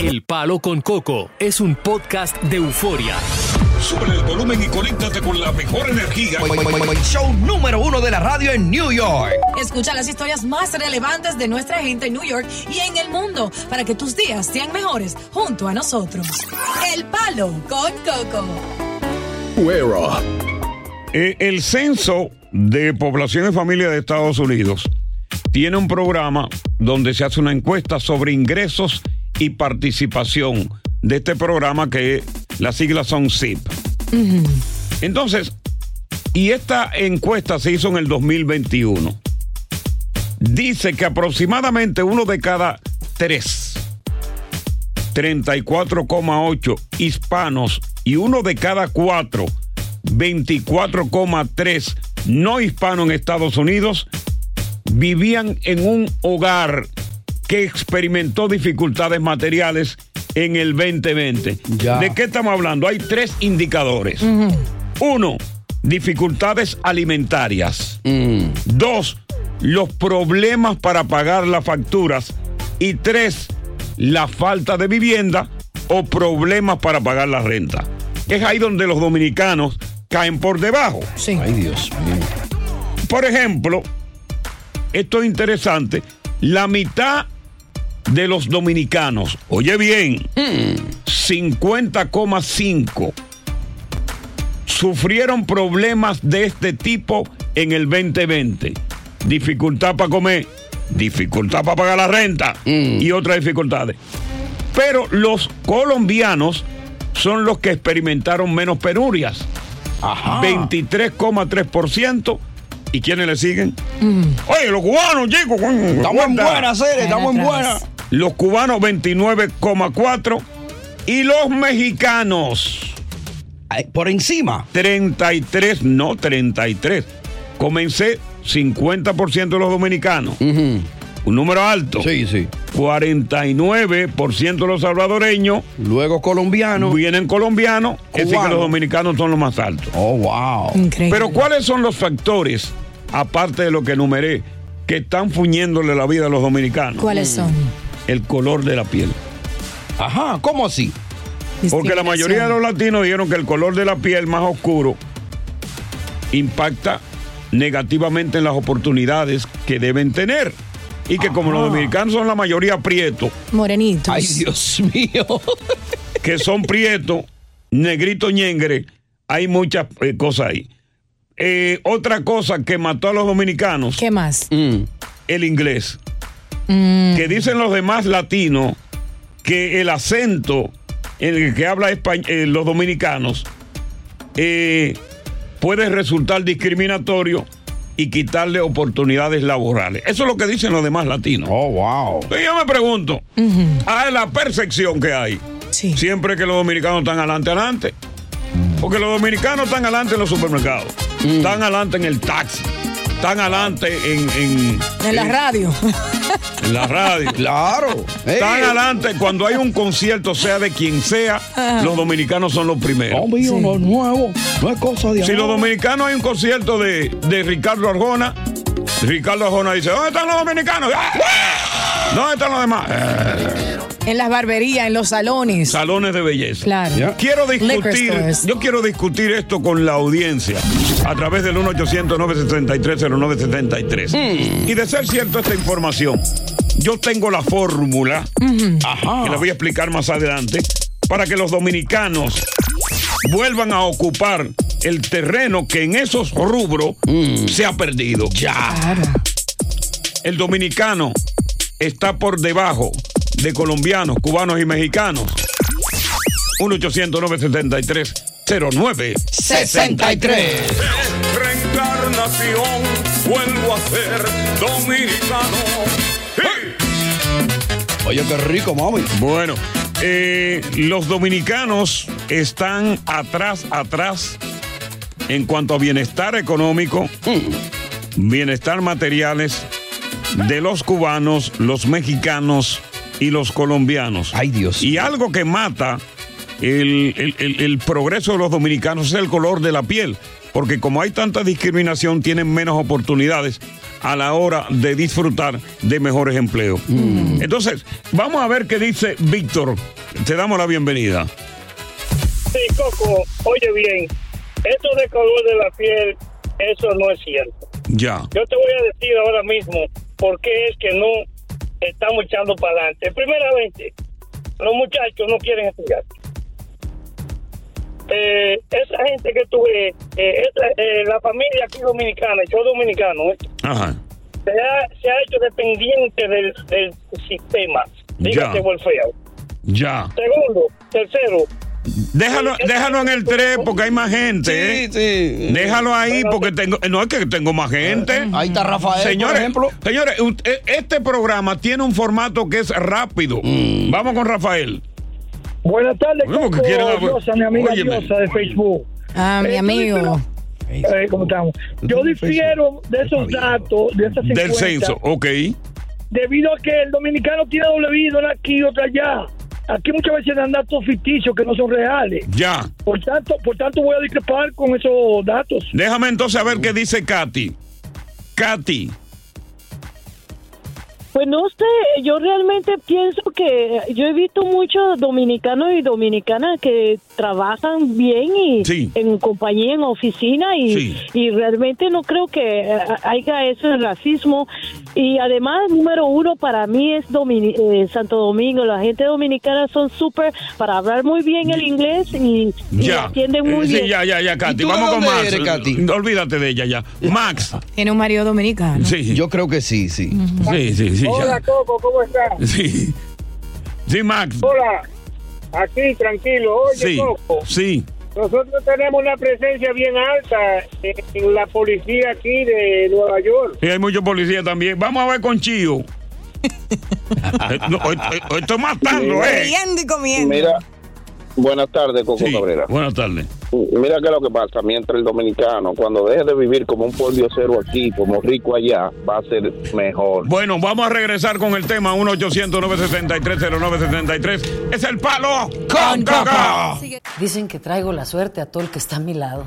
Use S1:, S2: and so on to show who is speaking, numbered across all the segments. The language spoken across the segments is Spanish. S1: El Palo con Coco es un podcast de euforia.
S2: Sube el volumen y conéctate con la mejor energía.
S3: Show número uno de la radio en New York.
S4: Escucha las historias más relevantes de nuestra gente en New York y en el mundo para que tus días sean mejores junto a nosotros. El Palo con Coco.
S2: Fuera. Eh, el Censo de Población y Familia de Estados Unidos tiene un programa donde se hace una encuesta sobre ingresos y participación de este programa que las siglas son ZIP.
S4: Ujú.
S2: Entonces, y esta encuesta se hizo en el 2021. Dice que aproximadamente uno de cada tres, 34,8 hispanos y uno de cada cuatro, 24,3 no hispanos en Estados Unidos, vivían en un hogar que experimentó dificultades materiales en el 2020. ¿De qué estamos hablando? Hay tres indicadores. Uno, dificultades alimentarias. Dos, los problemas para pagar las facturas. Y tres, la falta de vivienda o problemas para pagar la renta. Es ahí donde los dominicanos caen por debajo.
S5: Ay, Dios mío.
S2: Por ejemplo, esto es interesante, la mitad de los dominicanos, oye bien, 50,5 sufrieron problemas de este tipo en el 2020. Dificultad para comer, dificultad para pagar la renta y otras dificultades. Pero los colombianos son los que experimentaron menos penurias. 23,3%. ¿Y quiénes le siguen? Oye, los cubanos, chicos. Estamos
S5: en buena, Cere, estamos en buena.
S2: Los cubanos 29,4 y los mexicanos. Por encima. 33, no, 33. Comencé 50% de los dominicanos. Un número alto. Sí, sí. 49% de los salvadoreños. Luego colombianos. Vienen colombianos. Es decir, que los
S5: Cubanos.
S2: dominicanos son los más altos. Oh, wow.
S5: Increíble.
S2: Pero ¿cuáles son los factores, aparte de lo que enumeré, que están fuñéndole la vida a los dominicanos?
S4: ¿Cuáles son?
S2: El color de la piel. Ajá, ¿cómo así? Porque la
S4: Discriminación.
S2: mayoría de los latinos dijeron que el color de la piel más oscuro impacta negativamente en las oportunidades que deben tener. Y que como los dominicanos son la mayoría prietos,
S4: Morenitos.
S2: Ay, Dios mío. que son prietos, negrito ñengre, hay muchas eh, cosas ahí. Eh, otra cosa que mató a los dominicanos.
S4: ¿Qué más?
S2: Mm. El inglés. Que dicen los demás latinos que el acento en el que habla espa- eh, los dominicanos eh, puede resultar discriminatorio y quitarle oportunidades laborales. Eso es lo que dicen los demás latinos. Oh, wow. yo me pregunto, a la percepción que hay. Siempre que los dominicanos están adelante, adelante. Porque los dominicanos están adelante en los supermercados, están adelante en el taxi, están adelante en, en,
S4: En la radio.
S2: en la radio. Claro. Están adelante. Cuando hay un concierto, sea de quien sea,
S5: Ajá.
S2: los dominicanos son los primeros.
S5: Hombre, lo nuevo. No es cosa de
S2: Si los
S5: ahora.
S2: dominicanos hay un concierto de, de Ricardo Arjona, Ricardo Arjona dice, ¿dónde están los dominicanos? ¡Ah! ¿Dónde están los demás? Eh.
S4: En las barberías, en los salones.
S2: Salones de belleza.
S4: Claro. Ya.
S2: Quiero
S4: Liquor
S2: discutir,
S4: stores.
S2: yo quiero discutir esto con la audiencia a través del 1 800 973 0973
S4: Mm.
S2: Y de ser cierto esta información, yo tengo la fórmula que la voy a explicar más adelante para que los dominicanos vuelvan a ocupar el terreno que en esos rubros
S4: Mm.
S2: se ha perdido. Ya.
S4: Ah,
S2: El dominicano está por debajo de colombianos, cubanos y mexicanos. 1 800 973 09
S6: Reencarnación, vuelvo a ser dominicano.
S5: Oye, qué rico, mami.
S2: Bueno, eh, los dominicanos están atrás, atrás en cuanto a bienestar económico, bienestar materiales de los cubanos, los mexicanos y los colombianos.
S5: Ay, Dios.
S2: Y algo que mata el, el- el- el progreso de los dominicanos es el color de la piel, porque como hay tanta discriminación, tienen menos oportunidades a la hora de disfrutar de mejores empleos.
S5: Mm.
S2: Entonces, vamos a ver qué dice Víctor. Te damos la bienvenida.
S7: Sí, Coco, oye bien, eso de color de la piel, eso no es cierto.
S2: Ya.
S7: Yo te voy a decir ahora mismo por qué es que no estamos echando para adelante. Primeramente, los muchachos no quieren estudiar. Eh, esa gente que tuve, eh, la familia aquí dominicana, yo dominicano, eh,
S2: Ajá.
S7: se, ha, se ha hecho dependiente del, del sistema.
S2: Ya.
S7: Dígase, Wolfeo.
S2: Ya.
S7: Segundo, tercero,
S2: Déjalo, déjalo en el 3 porque hay más gente. ¿eh? Déjalo ahí porque tengo. No es que tengo más gente.
S5: Eh, Ahí está Rafael, por
S2: Señores,
S5: ejemplo.
S2: Señores, u- e- este programa tiene un formato que es rápido.
S5: Mm.
S2: Vamos con Rafael.
S7: Buenas tardes,
S2: Bueno, porque
S7: Coco,
S2: quieren hablar-
S7: Diosa, mi amiga
S2: Óyeme.
S7: Diosa de Facebook.
S8: Ah, mi
S7: Eh,
S8: amigo.
S7: yo difiero- eh, ¿Cómo estamos? Yo difiero de esos datos, de esas
S2: Del
S7: 50,
S2: censo, ok.
S7: debido a que el dominicano tiene doble vida, una aquí y otra allá. Aquí muchas veces dan datos ficticios que no son reales.
S2: Ya.
S7: Por tanto, por tanto voy a discrepar con esos datos.
S2: Déjame entonces a ver qué dice Katy. Katy,
S9: Pues no sé, yo realmente pienso que yo he visto muchos dominicanos y dominicanas que trabajan bien y en compañía, en oficina y, y realmente no creo que eh, haya ese racismo. Y además, número uno para mí es Domini- eh, Santo Domingo. La gente dominicana son súper para hablar muy bien el inglés y, y
S2: ya.
S9: atienden muy
S2: Eh, sí,
S9: bien.
S2: ya, ya, ya, Katy.
S5: tú de
S2: Vamos con
S5: dónde
S2: Max.
S5: eres, Katy?
S2: Olvídate de ella ya. Max.
S4: Tiene un marido dominicano.
S2: Sí.
S5: Yo creo que sí, sí.
S2: Sí, sí, sí. ya.
S7: Coco, ¿cómo estás?
S2: Sí. Sí, Max.
S7: Hola, aquí tranquilo.
S2: Sí. Sí.
S7: nosotros tenemos una presencia bien alta en la policía aquí de Nueva York.
S2: Y hay muchos policías también. Vamos a ver con Chío. Eh, no, hoy- hoy- hoy estoy matando, ¿eh?
S4: Comiendo y comiendo.
S10: Mira, buenas tardes, Coco
S2: Sí,
S10: Cabrera.
S2: Buenas tardes.
S10: Mira que lo que pasa, mientras el dominicano, cuando deje de vivir como un poldiosero aquí, como rico allá, va a ser mejor.
S2: Bueno, vamos a regresar con el tema 1 800 973 0973 Es el palo con Coco.
S8: Dicen que traigo la suerte a todo el que está a mi lado.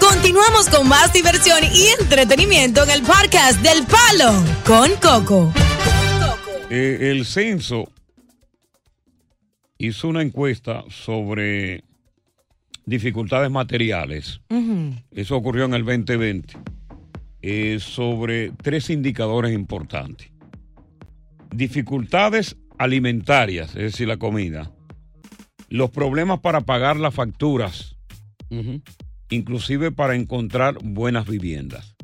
S4: Continuamos con más diversión y entretenimiento en el podcast del Palo con Coco.
S2: Eh, el censo hizo una encuesta sobre dificultades materiales. Eso ocurrió en el 2020. eh, sobre tres indicadores importantes. Dificultades alimentarias, es decir, la comida. Los problemas para pagar las facturas, inclusive para encontrar buenas viviendas.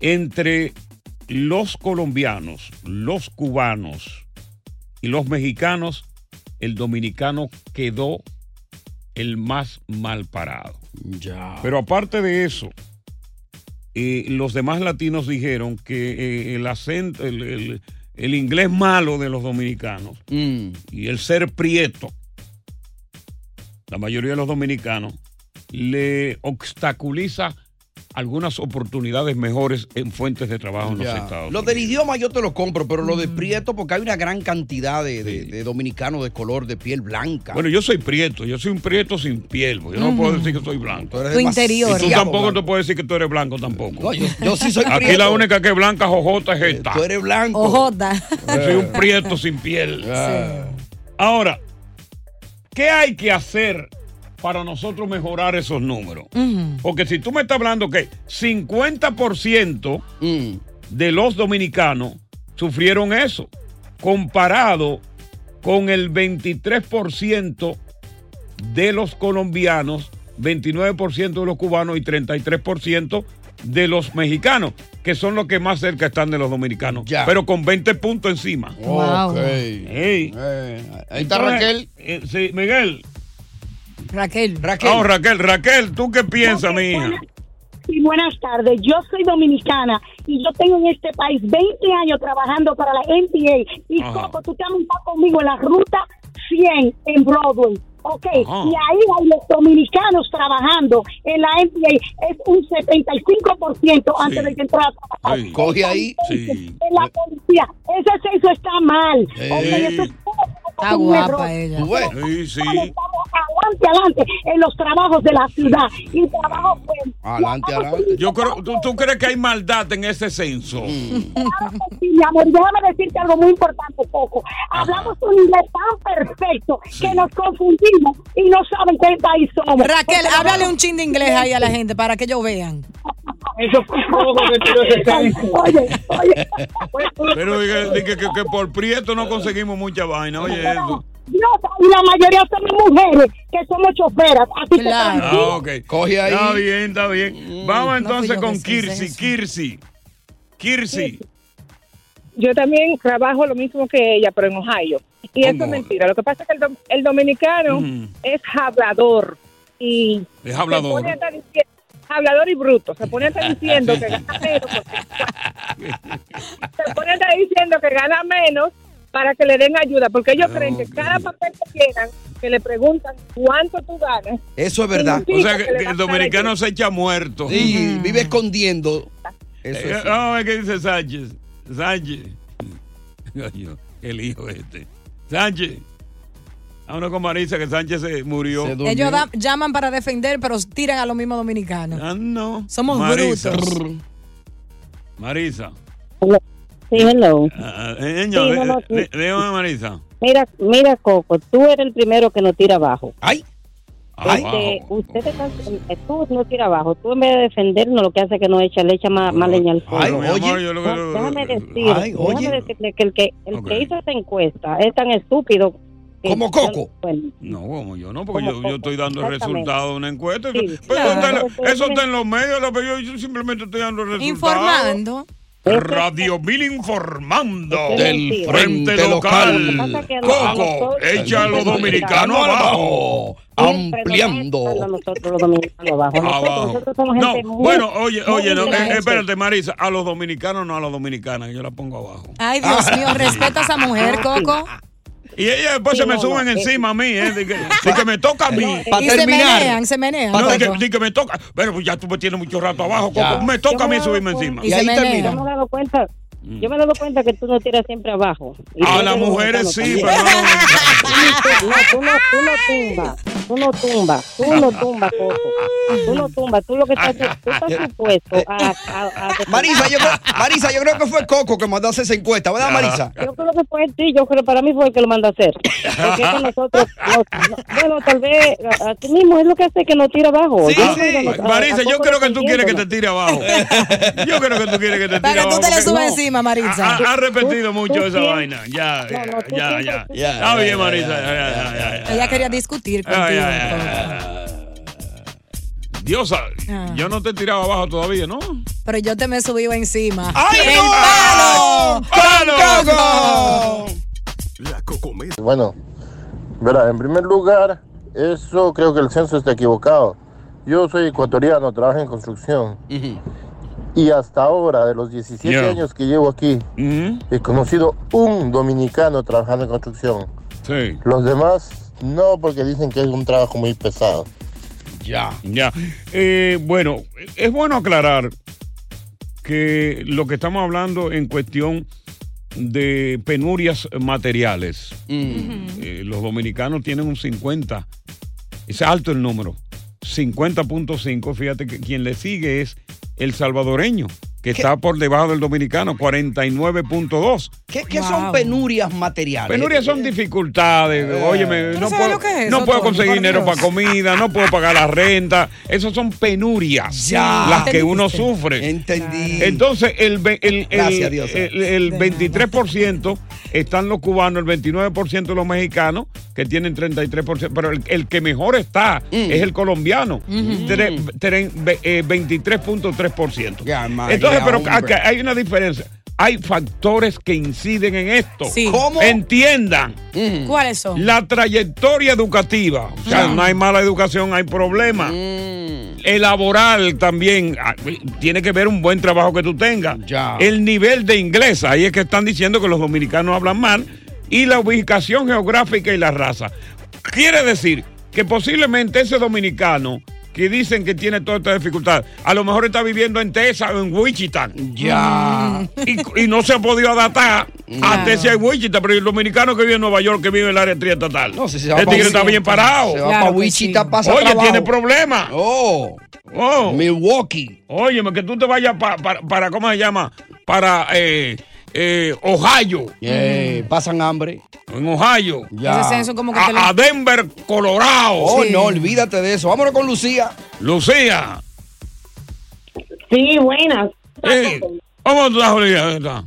S2: Entre los colombianos, los cubanos y los mexicanos, el dominicano quedó el más mal parado.
S5: Ya.
S2: Pero aparte de eso, eh, los demás latinos dijeron que eh, el acento, el, el- el inglés malo de los dominicanos
S5: Mm.
S2: y el ser prieto, la mayoría de los dominicanos, le obstaculiza algunas oportunidades mejores en fuentes de trabajo en los
S5: Ya.
S2: Estados
S5: Lo
S2: Unidos.
S5: del idioma yo te lo compro, pero lo de prieto, porque hay una gran cantidad de, de- de dominicanos de color de piel blanca.
S2: Bueno, yo soy prieto, yo soy un prieto sin piel, porque yo no
S5: Ujú.
S2: puedo decir que soy blanco.
S5: eres Tu demasiado interior.
S2: Y tú tampoco
S5: blanco.
S2: te puedes decir que tú eres blanco tampoco.
S5: yo, yo sí soy
S2: Aquí la
S5: prieto.
S2: única que es blanca jojota es esta.
S5: Tú eres blanco.
S4: Oh,
S2: Yo soy un prieto sin piel. Ahora, ¿qué hay que hacer para nosotros mejorar esos números? Porque si tú me estás hablando que 50%
S5: Mm.
S2: de los dominicanos sufrieron eso, comparado con el 23% de los colombianos, 29% de los cubanos y 33% de los mexicanos, que son los que más cerca están de los dominicanos, pero con 20 puntos encima.
S5: Wow. Ok. Eh,
S2: Ey.
S5: ahí está
S2: Entonces,
S5: Raquel.
S2: eh, sí, Miguel.
S4: Raquel.
S2: Raquel. Oh, Raquel, Raquel, ¿tú qué piensas, mi hija?
S11: Sí, buenas tardes. Yo soy dominicana y yo tengo en este país 20 años trabajando para la NBA. Y
S2: Ajá.
S11: Coco, pues, tú te has montado conmigo en la ruta 100 en Broadway. Ok,
S2: Ajá.
S11: y ahí hay los dominicanos trabajando en la NBA. Es un 75% antes
S2: Sí.
S11: de que entrara a trabajar.
S2: Sí.
S5: Coge ahí.
S2: Sí.
S11: En la policía. Ese sexo está mal. Ok,
S2: Sí.
S11: eso es
S4: Está guapa ella.
S5: Eh, Tú ves.
S2: Sí, sí.
S11: adelante, adelante, en los trabajos de la ciudad. Y trabajo, pues,
S5: Adelante, adelante.
S2: Yo creo, ¿tú, tú crees que hay maldad en ese censo?
S5: Mm.
S11: Claro que sí, mi amor, Y déjame decirte algo muy importante, Coco. Hablamos un inglés tan perfecto que nos confundimos y no saben qué país somos.
S4: Raquel, háblale un chin de inglés ahí a la gente para que ellos vean.
S12: Eso fue todo que tiró ese campo.
S11: Oye, oye,
S2: Pero dije, dije que, que por prieto no conseguimos mucha vaina, oye eso.
S11: Dios, y la mayoría somos mujeres que somos choferas. Así que
S4: Claro.
S2: Ah, ok.
S5: Coge ahí. Mm.
S2: Está bien, está bien. Vamos
S4: no fui
S2: entonces
S4: yo
S2: con
S4: que hice
S2: Kirsi,
S4: eso.
S2: Kirsi. Kirsi.
S13: Yo también trabajo lo mismo que ella, pero en Ohio. Y eso es mentira. Lo que pasa es que el, dom- el dominicano es hablador. Y
S2: Es
S13: se
S2: hablador.
S13: pone a estar dici- hablador y bruto. Se pone a estar diciendo que gana menos. porque- se pone a estar diciendo que gana menos para que le den ayuda. Porque
S2: Ah,
S13: ellos creen que cada papel que llenan, que le preguntan cuánto tú ganas.
S5: Eso es verdad.
S2: O sea, que, que el dominicano se echa muerto.
S5: Sí, vive escondiendo. Eso
S2: Eh,
S5: es.
S2: Vamos a ver qué dice Sánchez. Sánchez. Coño, el hijo este. Sánchez. Vámonos con Marisa, que Sánchez se murió.
S4: Ellos da- llaman para defender, pero tiran a los mismos dominicanos.
S2: Ah, no.
S4: Somos
S2: Marisa.
S4: brutos.
S2: Marisa.
S7: Sí, hello.
S2: Ah, ah, eh, ño,
S7: Sí,
S2: de-
S7: no, no, sí.
S2: de- déjame a Marisa.
S7: Mira, mira, Coco, tú eres el primero que no tira abajo.
S5: ¡Ay!
S7: Este,
S2: Ah,
S7: Porque ustedes están- eh, tú no tira abajo. Tú en vez de defendernos, lo que hace es que nos echa, le echa más, más leña al fuego.
S2: Ay, mi amor, yo lo-
S7: No, déjame decir,
S2: Ay, oye.
S7: déjame decirle que el que, el que hizo esa encuesta es tan estúpido. que-
S5: Como Coco.
S7: Bueno,
S2: No, como yo no, porque
S7: Como
S2: yo, yo estoy dando el
S7: exactamente.
S2: resultado de una encuesta.
S7: Sí,
S2: Pero eso
S7: claro,
S2: está en la-
S7: pero
S2: eso está
S7: tiene-
S2: en los medios, lo que yo, yo simplemente estoy dando el resultado.
S4: Informando.
S2: Radio Mil informando
S7: Es que
S2: del
S7: mentira.
S2: Frente
S5: Frente
S2: Local.
S5: Local. Lo que pasa
S7: es que a
S2: Coco,
S7: nosotros-
S2: echa a los dominicanos abajo.
S7: a nosotros los dominicanos abajo. Nosotros,
S2: Abajo.
S7: nosotros somos
S2: Ah, No,
S7: gente muy-
S2: bueno, oye,
S7: muy
S2: oye, no, eh,
S7: inteligente.
S2: espérate, Marisa, a los dominicanos no a los dominicanas, yo la pongo abajo.
S4: Ay, Dios
S2: Ah.
S4: mío, respeta a esa mujer, Coco.
S2: Y ella después
S7: Sí,
S2: se me
S7: no,
S2: suben
S7: no, eh.
S2: encima a mí, eh, de que, de que me toca a mí.
S5: Pa'
S4: y se
S5: terminar.
S4: menean, se menean.
S2: No, de que,
S4: Coco.
S2: de que me toca. Pero pues ya tú me tienes mucho rato abajo,
S5: Ya.
S2: Coco, me toca a mí
S7: Yo me
S2: subirme
S7: daba
S2: encima.
S4: Y
S5: Y
S4: se
S5: ahí
S4: menea.
S7: Yo me he dado cuenta, yo me he dado cuenta que tú no tiras siempre abajo. Y
S2: A
S7: tú
S2: Mm. Ah, las
S7: eres
S2: mujeres sí,
S7: dominicano
S2: pero no a los dominicanos.
S7: No, tú no, tú no tumbas, tú no tumbas, tú no tumbas, Coco. Tú no tumbas, tú lo que estás, tú estás supuesto a... a, a
S5: Marisa, yo creo, Marisa, yo creo que fue Coco que mandó a hacer esa encuesta, ¿verdad, Marisa?
S7: Yo creo que fue ti, yo creo para mí fue el que lo manda a hacer. Porque es que nosotros, nos- no- bueno, tal vez a, a ti mismo es lo que hace que no tira abajo.
S5: Sí,
S7: Yo
S5: sí.
S7: creo que nos- a- a
S2: Ah, Marisa, yo
S7: Coco
S2: creo que tú quieres que te
S7: defendiéndonos.
S2: tire abajo. Yo creo que tú quieres que te tire
S4: Para que
S2: abajo.
S4: tú te le
S2: porque-
S4: subas encima, Marisa.
S2: Ha, ha repetido
S7: tú
S2: mucho esa
S7: siempre-
S2: vaina. Ya,
S7: No, no, tú
S2: ya,
S7: siempre-
S2: ya.
S7: tú
S5: Ya,
S2: Está
S5: ya,
S2: bien,
S5: ya,
S2: Marisa.
S5: ya,
S2: ya, ya, ya, ya.
S4: Ella quería discutir contigo.
S2: Ay, ay, ay,
S4: Coco.
S2: Diosa,
S4: Ah.
S2: yo no te he tirado abajo todavía, ¿no?
S4: Pero yo te me subí encima.
S2: Ah.
S5: ¡Ay,
S4: ¡El
S5: no!
S4: palo!
S2: ¡Palo!
S5: ¡Coco!
S14: Bueno, verá, en primer lugar, eso creo que el censo está equivocado. Yo soy ecuatoriano, trabajo en construcción. Y hasta ahora, de los 17
S5: Mm.
S2: Yeah.
S14: años que llevo aquí,
S2: Mm.
S14: he conocido un dominicano trabajando en construcción.
S2: Sí.
S14: Los demás, no, porque dicen que es un trabajo muy pesado.
S5: Ya.
S2: Ya. Eh, bueno, es bueno aclarar que lo que estamos hablando en cuestión de penurias materiales. Eh, los dominicanos tienen un 50. Es alto el número. 50.5. Fíjate que quien le sigue es el salvadoreño, que está por debajo del dominicano, 49.2.
S5: ¿Qué, qué son penurias materiales?
S2: Penurias son dificultades. Óyeme, no puedo, no puedo conseguir dinero para comida, no puedo pagar la renta. Esas son penurias
S5: Ya.
S2: las que uno sufre.
S5: Entendí.
S2: Entonces, el, ve- el, el-
S5: Gracias, Dios.
S2: el- el 23% están los cubanos, el 29% los mexicanos, que tienen 33%, pero el, el que mejor está
S5: Mm.
S2: es el colombiano,
S5: Ujú.
S2: tre- tre- ve- eh, 23.3%.
S5: María,
S2: Entonces, pero
S5: hombre.
S2: acá hay una diferencia. Hay factores que inciden en esto.
S15: Sí. ¿Cómo?
S2: Entiendan.
S15: ¿Cuáles son?
S2: La trayectoria educativa. O sea, no hay mala educación, hay problemas. El laboral también. ah, Tiene que ver un buen trabajo que tú tengas. El nivel de inglés. Ahí es que están diciendo que los dominicanos hablan mal. Y la ubicación geográfica y la raza. Quiere decir que posiblemente ese dominicano que dicen que tiene toda esta dificultad, a lo mejor está viviendo en Texas o en Wichita.
S5: Ya.
S2: Y, y no se ha podido adaptar a Texas y Wichita, pero el dominicano que vive en Nueva York, que vive en el área triestatal. No,
S5: se va
S2: el
S5: pa'
S2: tigre está
S5: Wichita.
S2: bien parado.
S5: Se va Claro pa' que Wichita, sí. pasa
S2: Oye,
S5: trabajo.
S2: tiene problemas.
S5: Oh.
S2: Milwaukee. Oye, que tú te vayas pa- para, para, ¿cómo se llama? Para eh, eh, Ohio.
S5: Eh, pasan hambre.
S2: En Ohio.
S5: Ya. Ese censo como que
S2: a,
S5: te lo-
S2: a Denver, Colorado.
S5: Oh, no, olvídate de eso. Vámonos con Lucía.
S2: Lucía.
S7: Sí, buenas.
S2: Eh, ¿Cómo tú estás, Lucía?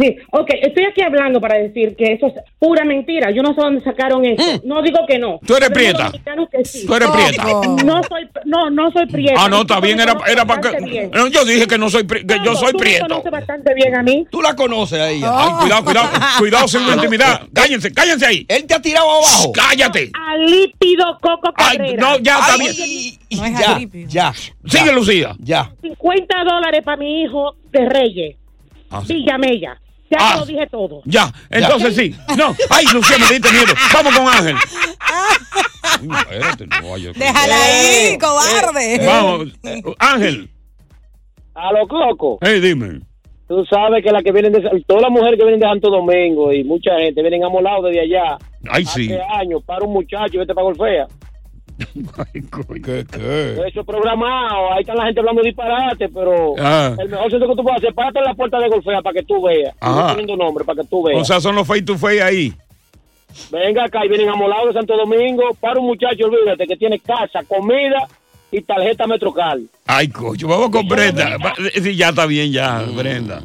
S7: Sí, ok, estoy aquí hablando para decir que eso es pura mentira. Yo no sé dónde sacaron eso. No digo que no.
S2: Mm. Tú eres
S7: Pero
S2: prieta.
S7: hay dominicanos que sí.
S2: Tú eres prieta.
S7: No soy, no, no soy prieta.
S2: Ah, no, está
S7: Tú me
S2: bien, era,
S7: conoces
S2: era para
S7: bastante
S2: que.
S7: bien.
S2: No, Yo dije que no soy pri- que yo soy
S7: Tú me
S2: prieto.
S7: conoces bastante bien a mí.
S5: Tú la conoces a ella.
S2: Ay, cuidado, cuidado, Oh. cuidado Eh, sin la intimidad. Cállense, cállense ahí.
S5: Él te ha tirado abajo.
S2: Cállate.
S7: Al lípido Coco
S2: Ay,
S7: Cabrera.
S2: no, ya está bien.
S5: ya, ya.
S2: Sigue, Lucía.
S5: Ya.
S7: 50 dólares para mi hijo de Reyes.
S2: Ah,
S7: Villamella. Ya te lo dije todo.
S2: Ya, entonces sí. No, ay, Lucía, me diste miedo. Vamos con Ángel. Uy, espérate, no, ay, yo-
S15: Déjala
S2: eh,
S15: ahí, cobarde.
S2: Vamos, Ángel.
S1: A lo coco.
S2: Hey, dime.
S1: Tú sabes que la que vienen de, todas las mujeres que vienen de Santo Domingo y mucha gente vienen amolados desde allá.
S2: Ay, sí.
S1: Hace años, para un muchacho, vete para golfea.
S2: ¿Qué, qué?
S1: Eso es programado, ahí está la gente hablando disparate, pero
S2: Ah.
S1: el mejor sitio que tú puedes hacer, párate en la puerta de golfea para que tú veas.
S2: Ajá.
S1: No teniendo nombre, para que tú veas.
S2: O sea, son los face to face ahí.
S1: Venga acá y vienen amolados de Santo Domingo, para un muchacho, olvídate, que tiene casa, comida y tarjeta metrocal.
S2: Ay, coño, vamos con Brenda. Mm. Va- Sí, ya está bien, ya, Brenda.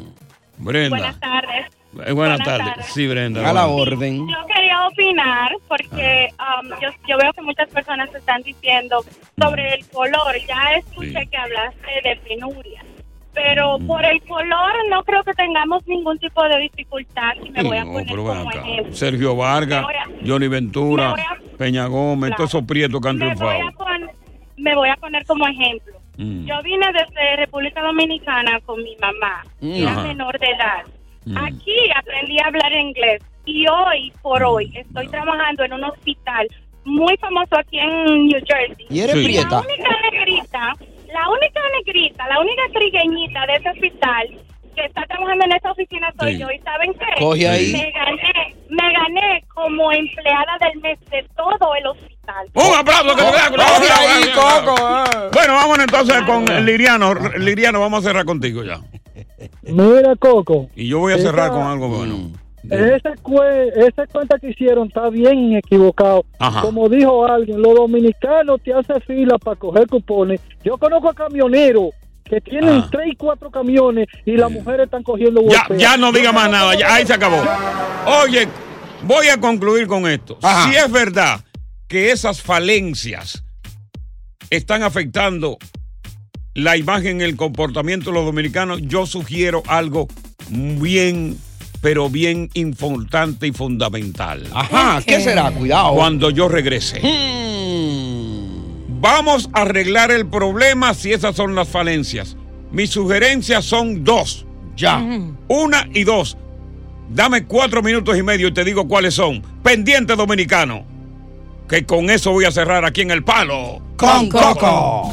S2: Brenda.
S4: tardes.
S2: Eh, Buenas tardes. Sí, Brenda.
S5: A la
S2: bueno.
S5: orden.
S4: Yo quería opinar porque um, yo, yo veo que muchas personas están diciendo sobre el color. Ya escuché que hablaste de penuria, pero por el color no creo que tengamos ningún tipo de dificultad. Y me voy a
S2: No,
S4: poner
S2: pero ven
S4: como
S2: acá.
S4: ejemplo.
S2: Sergio Vargas,
S4: Me voy a-
S2: Johnny Ventura,
S4: me voy
S2: Peña Gómez,
S4: Claro.
S2: todos esos prietos que han
S4: me voy,
S2: triunfado.
S4: a pon- me voy a poner como ejemplo.
S2: Mm.
S4: Yo vine desde República Dominicana con mi mamá,
S2: Mm.
S4: era
S2: Ajá.
S4: menor de edad. Aquí aprendí a hablar inglés y hoy por hoy estoy trabajando en un hospital muy famoso aquí en New Jersey.
S5: ¿Y eres
S4: La
S5: prieta?
S4: única negrita, la única negrita, la única trigueñita de ese hospital que está trabajando en esa oficina soy
S5: Sí.
S4: yo y saben qué?
S5: Coge ahí.
S4: Me gané, me gané como empleada del mes de todo el hospital.
S2: Un aplauso que te vea, que te vea, que te vea.
S5: ¿ah?
S2: Bueno, vamos entonces con Liriano. Liriano, vamos a cerrar contigo ya.
S16: Mira, Coco,
S2: Y yo voy a
S16: Esa-
S2: cerrar con algo bueno.
S16: esa, cue- esa cuenta que hicieron está bien equivocado.
S2: Ajá.
S16: Como dijo alguien, los dominicanos te hacen fila para coger cupones. Yo conozco a camioneros que tienen
S2: Ah.
S16: tres y cuatro camiones y las mujeres están cogiendo
S2: Ya,
S16: golpes.
S2: ya no diga más nada, ya, ahí se acabó. Oye, voy a concluir con esto. Si es verdad que esas falencias están afectando la imagen, el comportamiento de los dominicanos, yo sugiero algo bien, pero bien importante y fundamental.
S5: Ajá, ¿qué será? Cuidado.
S2: Cuando yo regrese. Mm. Vamos a arreglar el problema si esas son las falencias. Mis sugerencias son dos. Ya. Una y dos. Dame cuatro minutos y medio y te digo cuáles son. Pendiente dominicano. Que con eso voy a cerrar aquí en El Palo.
S5: Con Coco.